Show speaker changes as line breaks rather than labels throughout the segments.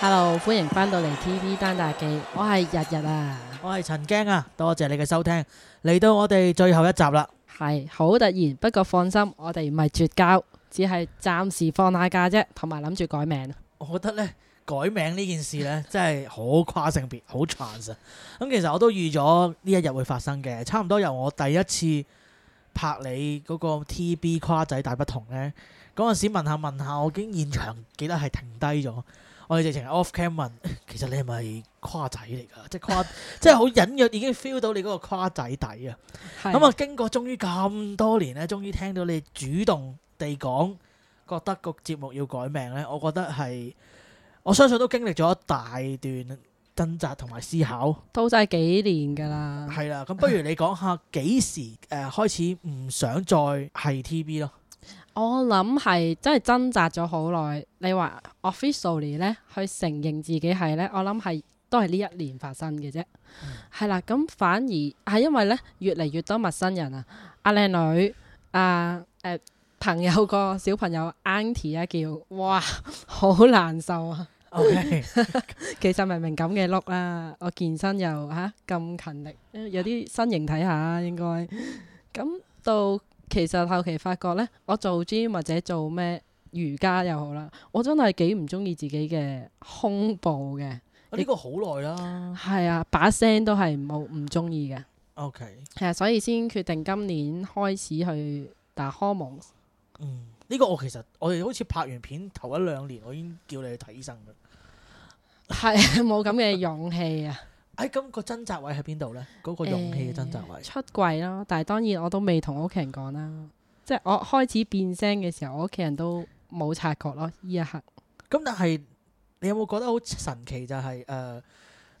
Hello，歡迎翻到嚟 TV 單大記，我係日日啊，
我係陳驚啊，多謝你嘅收聽，嚟到我哋最後一集啦。
係好突然，不過放心，我哋唔係絕交，只係暫時放下假啫，同埋諗住改名。
我覺得咧改名呢 件事咧，真係好跨性別，好 trans 啊。咁其實我都預咗呢一日會發生嘅，差唔多由我第一次拍你嗰個 TB 跨仔大不同咧，嗰陣時問下問下，我經現場記得係停低咗。我哋直情 off cam 問， 其實你係咪跨仔嚟㗎？即係跨，即係好隱約已經 feel 到你嗰個跨仔底啊！咁
咁
啊，經過終於咁多年咧，終於聽到你主動地講，覺得個節目要改名咧，我覺得係我相信都經歷咗一大段掙扎同埋思考，
都真係幾年㗎啦。
係啦。咁不如你講下幾時誒、呃、開始唔想再係 TB 咯？
我諗係真係掙扎咗好耐。你話 officially 咧，去承認自己係咧，我諗係都係呢一年發生嘅啫。係啦、咁反而係因為咧，越嚟越多陌生人啊，阿靚女，啊誒、呃朋友個小朋友 auntie 啊叫，哇，好難受啊！
OK，
其實明明咁嘅碌啦，我健身又吓咁、勤力，呃有啲新型睇下應該。咁到其實後期發覺呢，我做 gym 或者做咩瑜伽又好啦，我真係幾唔中意自己嘅胸部嘅，
我哦呢個好耐啦。
係啊，把聲都係冇唔中意嘅，
OK，
係啊，所以先決定今年開始去打 hormone。
嗯，呢、個我其實我哋好似拍完片頭一兩年，我已經叫你去睇醫生㗎。
係啊冇咁嘅勇氣啊！
誒、哎咁、個掙扎位喺邊度咧？嗰、個勇氣嘅掙扎位。
出櫃咯，但係當然我都未同我屋企人講啦。即係我開始變聲嘅時候，我屋企人都冇察覺咯。呢一刻
咁但係你有冇覺得好神奇就係、誒、呃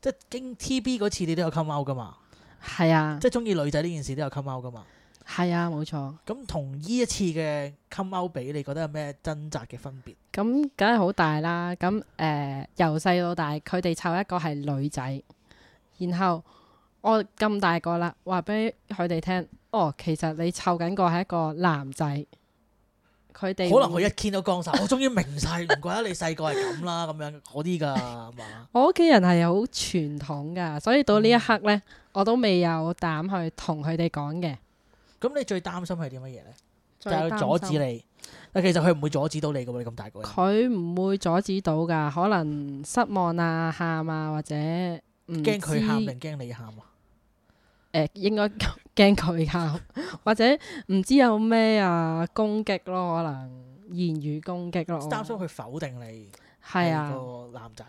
即係經 TB 嗰次你都有 come out 噶嘛？
係啊，
即係中意女仔呢件事都有 come out 噶嘛？
係啊，冇錯。
咁同呢一次嘅 come out 比，你覺得有咩掙扎嘅分別？
咁梗係好大啦。咁誒由細到大，佢哋湊一個係女仔，然後我咁大個啦，話俾佢哋聽，哦，其實你湊緊個係一個男仔。佢哋
可能
會
佢一見到光晒，我終於明晒，唔怪得你細個係咁啦，咁樣嗰啲㗎係嘛？
我屋企人係好傳統㗎，所以到呢一刻呢，我都未有膽去同佢哋講嘅。
咁你最擔心係啲乜嘢咧？就
最
係
擔心
佢阻止你，但其實佢唔會阻止到你㗎喎，你咁大個人。
佢唔會阻止到㗎，可能失望啊、喊啊，或者唔
驚佢喊
知
定驚你喊啊？
誒應該 驚佢喊， 或者唔知有咩啊攻擊咯，可能言語攻擊咯。
擔心佢否定你
哦係啊，
個男仔。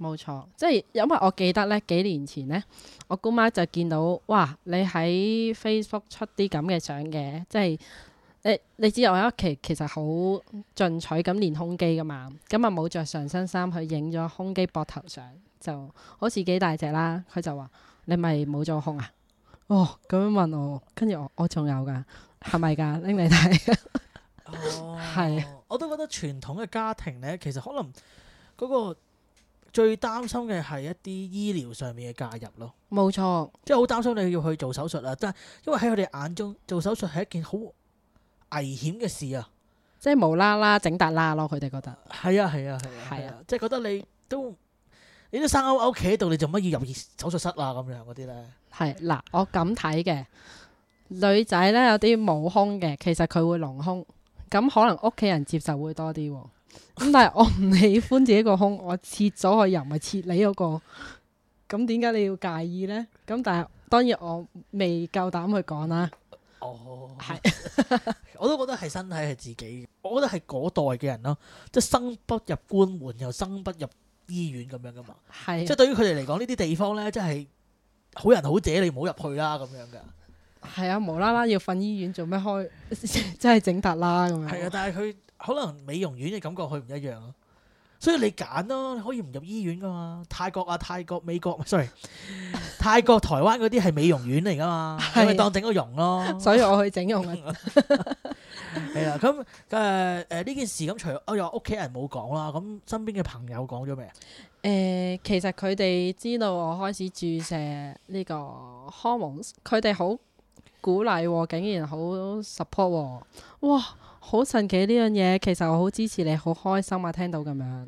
冇錯，即係因為我記得咧幾年前呢，我姑媽就見到哇，你喺 Facebook 出啲咁嘅相嘅，即係誒你知我喺屋企其實好進取咁練胸肌噶嘛，咁啊冇着上身衫去影咗胸肌膊頭相，就好似幾大隻啦。佢就話你咪冇咗胸啊？ 哦，咁樣問我，跟住我我仲有㗎，係咪㗎？拎嚟睇，
哦，
係
我都覺得傳統嘅家庭咧，其實可能嗰個最擔心嘅係一啲醫療上面嘅介入咯，
冇錯，
即係好擔心你要去做手術啊！但係因為喺佢哋眼中，做手術係一件好危險嘅事啊！
即係無啦啦整笪啦咯，佢哋覺得。
係啊，係啊，係啊，
係
係
啊
啊，即係覺得你都你都生勾勾企喺度，你做乜要入手術室啊？咁樣嗰啲咧，
係嗱，我咁睇嘅女仔咧有啲冇胸嘅，其實佢會隆胸，咁可能屋企人接受會多啲喎。咁但係我唔喜歡自己個胸，我切咗佢又唔係切你嗰、個，咁點解你要介意呢？咁但係當然我未夠膽去講啦。
哦，
係
我都覺得係身體係自己嘅，我覺得係嗰代嘅人咯，即係生不入官門又生不入醫院咁樣噶嘛。即係
係啊
對於佢哋嚟講，呢啲地方咧，真係好人好姐，你唔好入去啦咁樣噶。
係啊，無啦啦要瞓醫院做咩開？ 真係整突啦咁樣。
係啊，但係佢可能美容院嘅感覺佢唔一樣咯。所以你揀咯，你可以唔入醫院噶嘛。泰國啊、泰國、美國 ，sorry，泰國、台灣嗰啲係美容院嚟噶嘛，
係啊
你咪當整個容咯。
所以我去整容啊，
係啊，咁誒誒呢件事咁，除我又屋企人冇講啦，咁身邊嘅朋友講咗未啊？
誒、呃其實佢哋知道我開始注射呢個 hormones，佢哋好鼓勵喎、竟然好 support 喎、哇，好神奇呢樣嘢！其實我好支持你，好開心啊，聽到咁樣。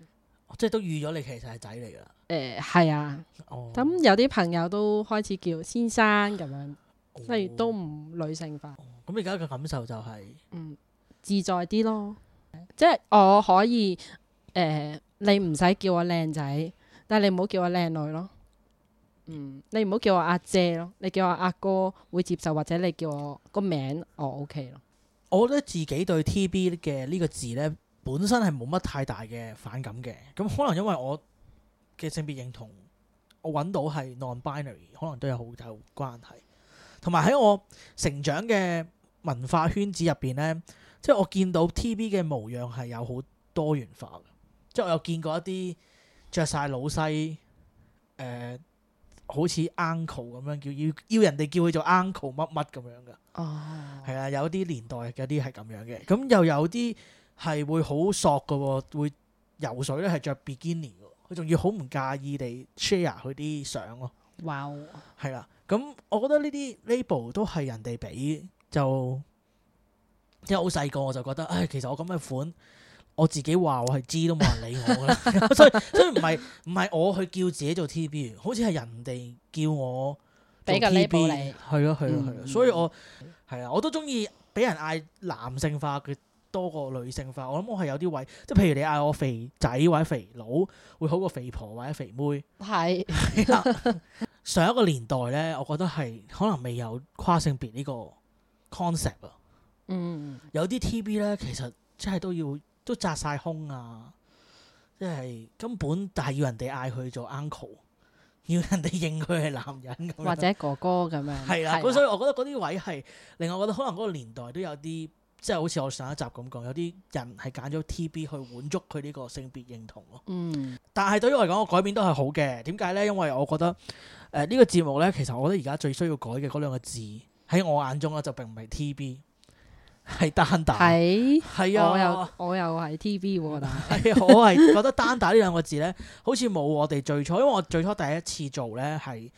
即係都預咗你其實係仔嚟㗎啦。
誒係啊，
哦，
咁有啲朋友都開始叫先生咁樣，
哦
即係都唔女性化，
咁而家嘅感受就係、
嗯，自在啲咯。即係我可以誒、你唔使叫我靚仔，但係你唔好叫我靚女咯。嗯，你唔好叫我阿姐咯，你叫我阿哥會接受，或者你叫我個名，我 OK 咯。
我覺得自己對 TB 嘅呢個字呢，本身係冇乜太大嘅反感嘅。咁可能因為我嘅性別認同，我揾到係 non-binary，可能都有好有關係。同埋喺我成長嘅文化圈子入邊呢，即係我見到 TB 嘅模樣係有好多元化嘅。即係我有見過一啲着晒老西，誒、好似 uncle 咁樣叫，要要人哋叫佢做 uncle 乜乜咁樣嘅。
哦
係啊，有啲年代有啲係咁樣嘅，咁又有啲係會好索嘅喎，會游水咧係着 bikini 喎，佢仲要好唔介意地 share 佢啲相咯，
哇哦！
係啦，咁我覺得呢啲 label 都係人哋俾就，即係好細個我就覺得，唉，其實我咁嘅款。我自己話我係知都冇人理我㗎啦， 所以所以唔係唔係我去叫自己做 TB，好似係人哋叫我做
俾個
TB，
label 你
係咯係咯係咯，
嗯
所以我係啊，我都中意俾人嗌男性化嘅多過女性化。我諗我係有啲位，即係譬如你嗌我肥仔或者肥佬，會好過肥婆或者肥 妹。
係
係啦上一個年代咧，我覺得係可能未有跨性別呢個 concept 啊。
嗯。
有啲 TB 咧，其實真係都要都扎晒胸啊，即係根本但係要人哋嗌佢做 uncle，要人哋認佢係男人咁樣
嗯或者哥哥咁樣。
係啦，咁
係
所以我覺得嗰啲位係令我覺得可能嗰個年代都有啲，即係好似我上一集咁講，有啲人係揀咗 TB 去滿足佢呢個性別認同咯。
嗯
但係對於我嚟講，我改變都係好嘅。點解呢？因為我覺得誒呢、個節目呢，其實我覺得而家最需要改嘅嗰兩個字喺我眼中咧，就並唔係 TB，係單打。
係，
係
我又
啊，
我又係 TV 喎，但係
係啊我係覺得單打呢兩個字呢，好似冇我哋最初，因為我最初第一次做呢，係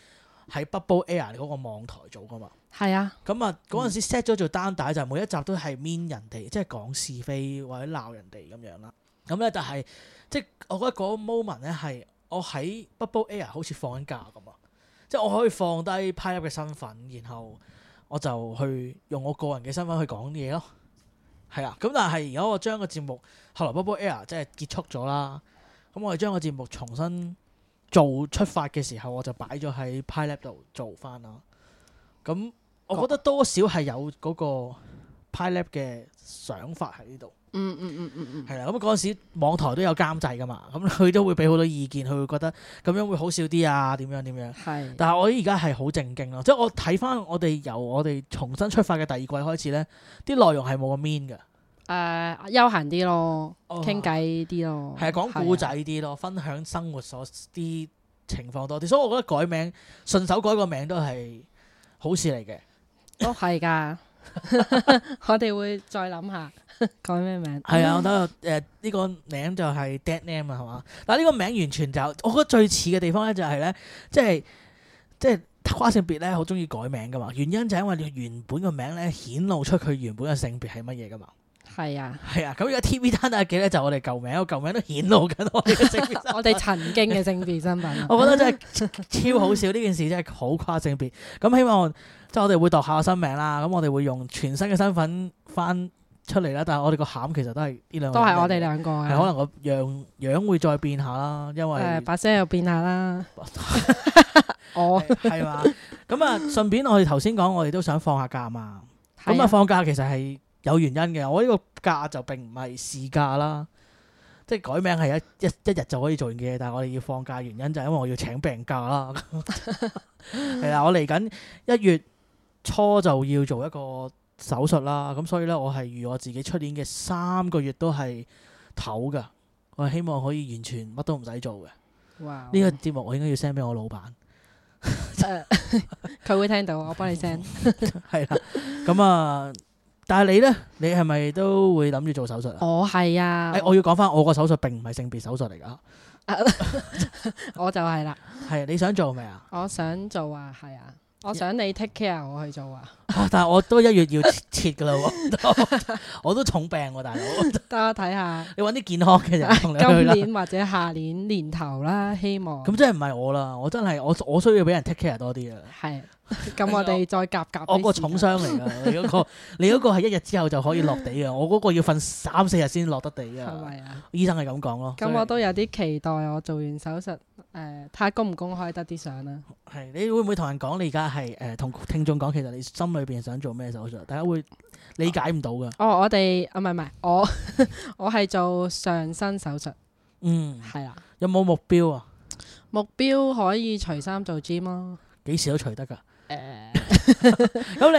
喺 Bubble Air 嗰個網台做噶嘛。
係啊，
咁啊，嗰陣時 set 咗做單帶，就係每一集都係 mean 人哋，即係講是非或者鬧人哋咁樣啦。咁咧，但係即係我覺得嗰個 moment 咧係我喺 Bubble Air 好似放緊假咁啊，即係我可以放低 Pie Up 嘅身份，然後我就去用我個人嘅身份去講嘢咯。係啊啦，咁但係而家我將個節目後來 Bubble Air 即係結束咗啦，咁我哋將個節目重新做出發嘅時候，我就擺咗喺 Pie Lab 度做翻啦。咁我覺得多少係有嗰個 Pie Lab 嘅想法喺呢度，
嗯嗯嗯嗯嗯，
係啦。咁嗰陣時網台都有監製噶嘛，咁 佢都會俾好多意見，佢會覺得咁樣會好笑啲啊，點樣點樣。
係
但係我而家係好正經咯，即係我睇翻我哋由我哋重新出發嘅第二季開始咧，啲內容係冇咁 mean 嘅，
誒呃休閒啲咯，
哦
傾偈啲咯，啊
係啊講故仔啲咯，分享生活所啲情況多啲。所以我覺得改名順手改個名都係好事嚟嘅。
係啊都係 㗎。我哋會再諗下改咩名。
係啊，我睇到誒呢個名就係 Dead Name 啊，係嘛？但係呢個名完全就，我覺得最似嘅地方咧就係咧，即係即係跨性別咧，好中意改名噶嘛。原因就係因為你原本個名咧顯露出佢原本嘅性別係乜嘢噶嘛。
係啊，
係啊，咁而家 TV 單打記咧就我哋舊名，我舊名都顯露緊我哋嘅性 別身份
我哋曾經嘅性別身份。啊
我覺得真係超好笑呢件事，真係好跨性別。咁希望即係我哋會度下個新名啦，咁我哋會用全新嘅身份翻出嚟啦。但係我哋個餡其實都係呢兩個
都係我
名嚟嘅
哋兩個啊。
係可能個樣樣會再變下啦，因為
誒把聲又變下 啦。我
係係嘛，咁啊順便我哋頭先講，我哋都想放下假嘛，咁啊
係
放假其實係有原因嘅，我呢個假就並唔係事假啦。即係改名係一一一日就可以做完嘅嘢，但係我哋要放假原因就係因為我要請病 假啦。係啦，我嚟緊一月初就要做一個手術啦，咁所以咧我係預我自己出年嘅三個月都係唞㗎，我係希望可以完全乜都唔使做嘅。
哇
呢個節目我應該要 send 俾我老闆，
誒佢會聽到，我幫你 send。
係啦。咁啊，但係你呢？你係咪都會諗住做手術啊？
我係啊
誒、，我要講翻，我個手術並唔係性別手術嚟㗎，
我就係啦。
係你想做未啊？
我想做啊，係啊，我想你 take care 我去做啊，
啊 但係我都一月要切切噶啦喎， 我都重病喎，大佬。
得啊睇下
你揾啲健康嘅人同你去
啊今
啦。
年或者下年年頭啦，希望
咁真係唔係我啦，我真係我我需要俾人 take care 多啲啊！
係。咁我哋再夾夾啲時間。
我個重傷 嚟噶，你嗰個你嗰個係一日之後就可以落地啊嘅，我嗰個要瞓三四日先落得地
係
㗎。
咪啊？
醫生係咁講咯。
咁我都有啲期待，我做完手術誒，睇下公唔公開得啲相啦。
係你會唔會同人講你而家係誒同聽眾講，其實你心裏邊想做咩手術？大家會理解唔到㗎。
哦，我哋啊，唔係唔係，我 我係做上身手術，
嗯，
係啦，
有冇目標啊？
目標可以除衫做 gym 咯。
幾時都除得㗎。
誒，
咁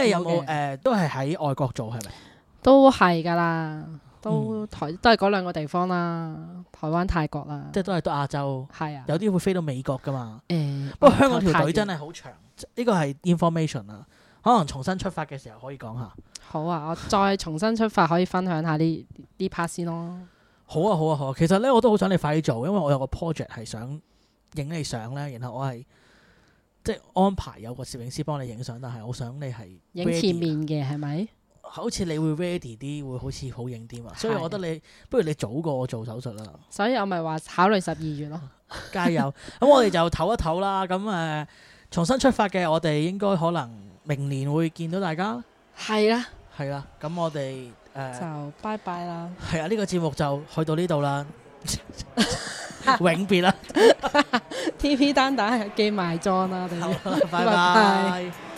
你有冇
冇嘅
誒、都係喺外國做係咪？
嗯都係㗎啦，
嗯
都台都係嗰兩個地方啦，台灣、泰國啦
即，係都係都亞洲，
係啊。
有啲會飛到美國㗎嘛。
誒，
不過香港條
嗯太
隊
遠
真係好長，呢個係 information 啊。可能重新出發嘅時候可以講下。
好啊！我再重新出發，可以分享下呢呢 part 先咯。
好啊，好啊，好啊。其實咧，我都好想你快啲做，因為我有個 project 係想影你相咧，然後我係即係安排有個攝影師幫你影相，但係我想你係
影
ready
前面嘅係咪？
好似你會 ready 啲，會好似好影啲嘛。
係
所以我覺得你不如你早過我做手術 啦，
所以我咪話考慮十二月咯。
加油！咁我哋就唞一唞啦。咁誒、呃重新出發嘅，我哋應該可能明年會見到大家，
係啦，
係啦。咁我哋誒
就拜拜啦。
係啊，呢、個節目就去到呢度啦，永別啦，
TV 單打係寄埋裝啦，我哋。
好啦
拜
拜
拜
拜。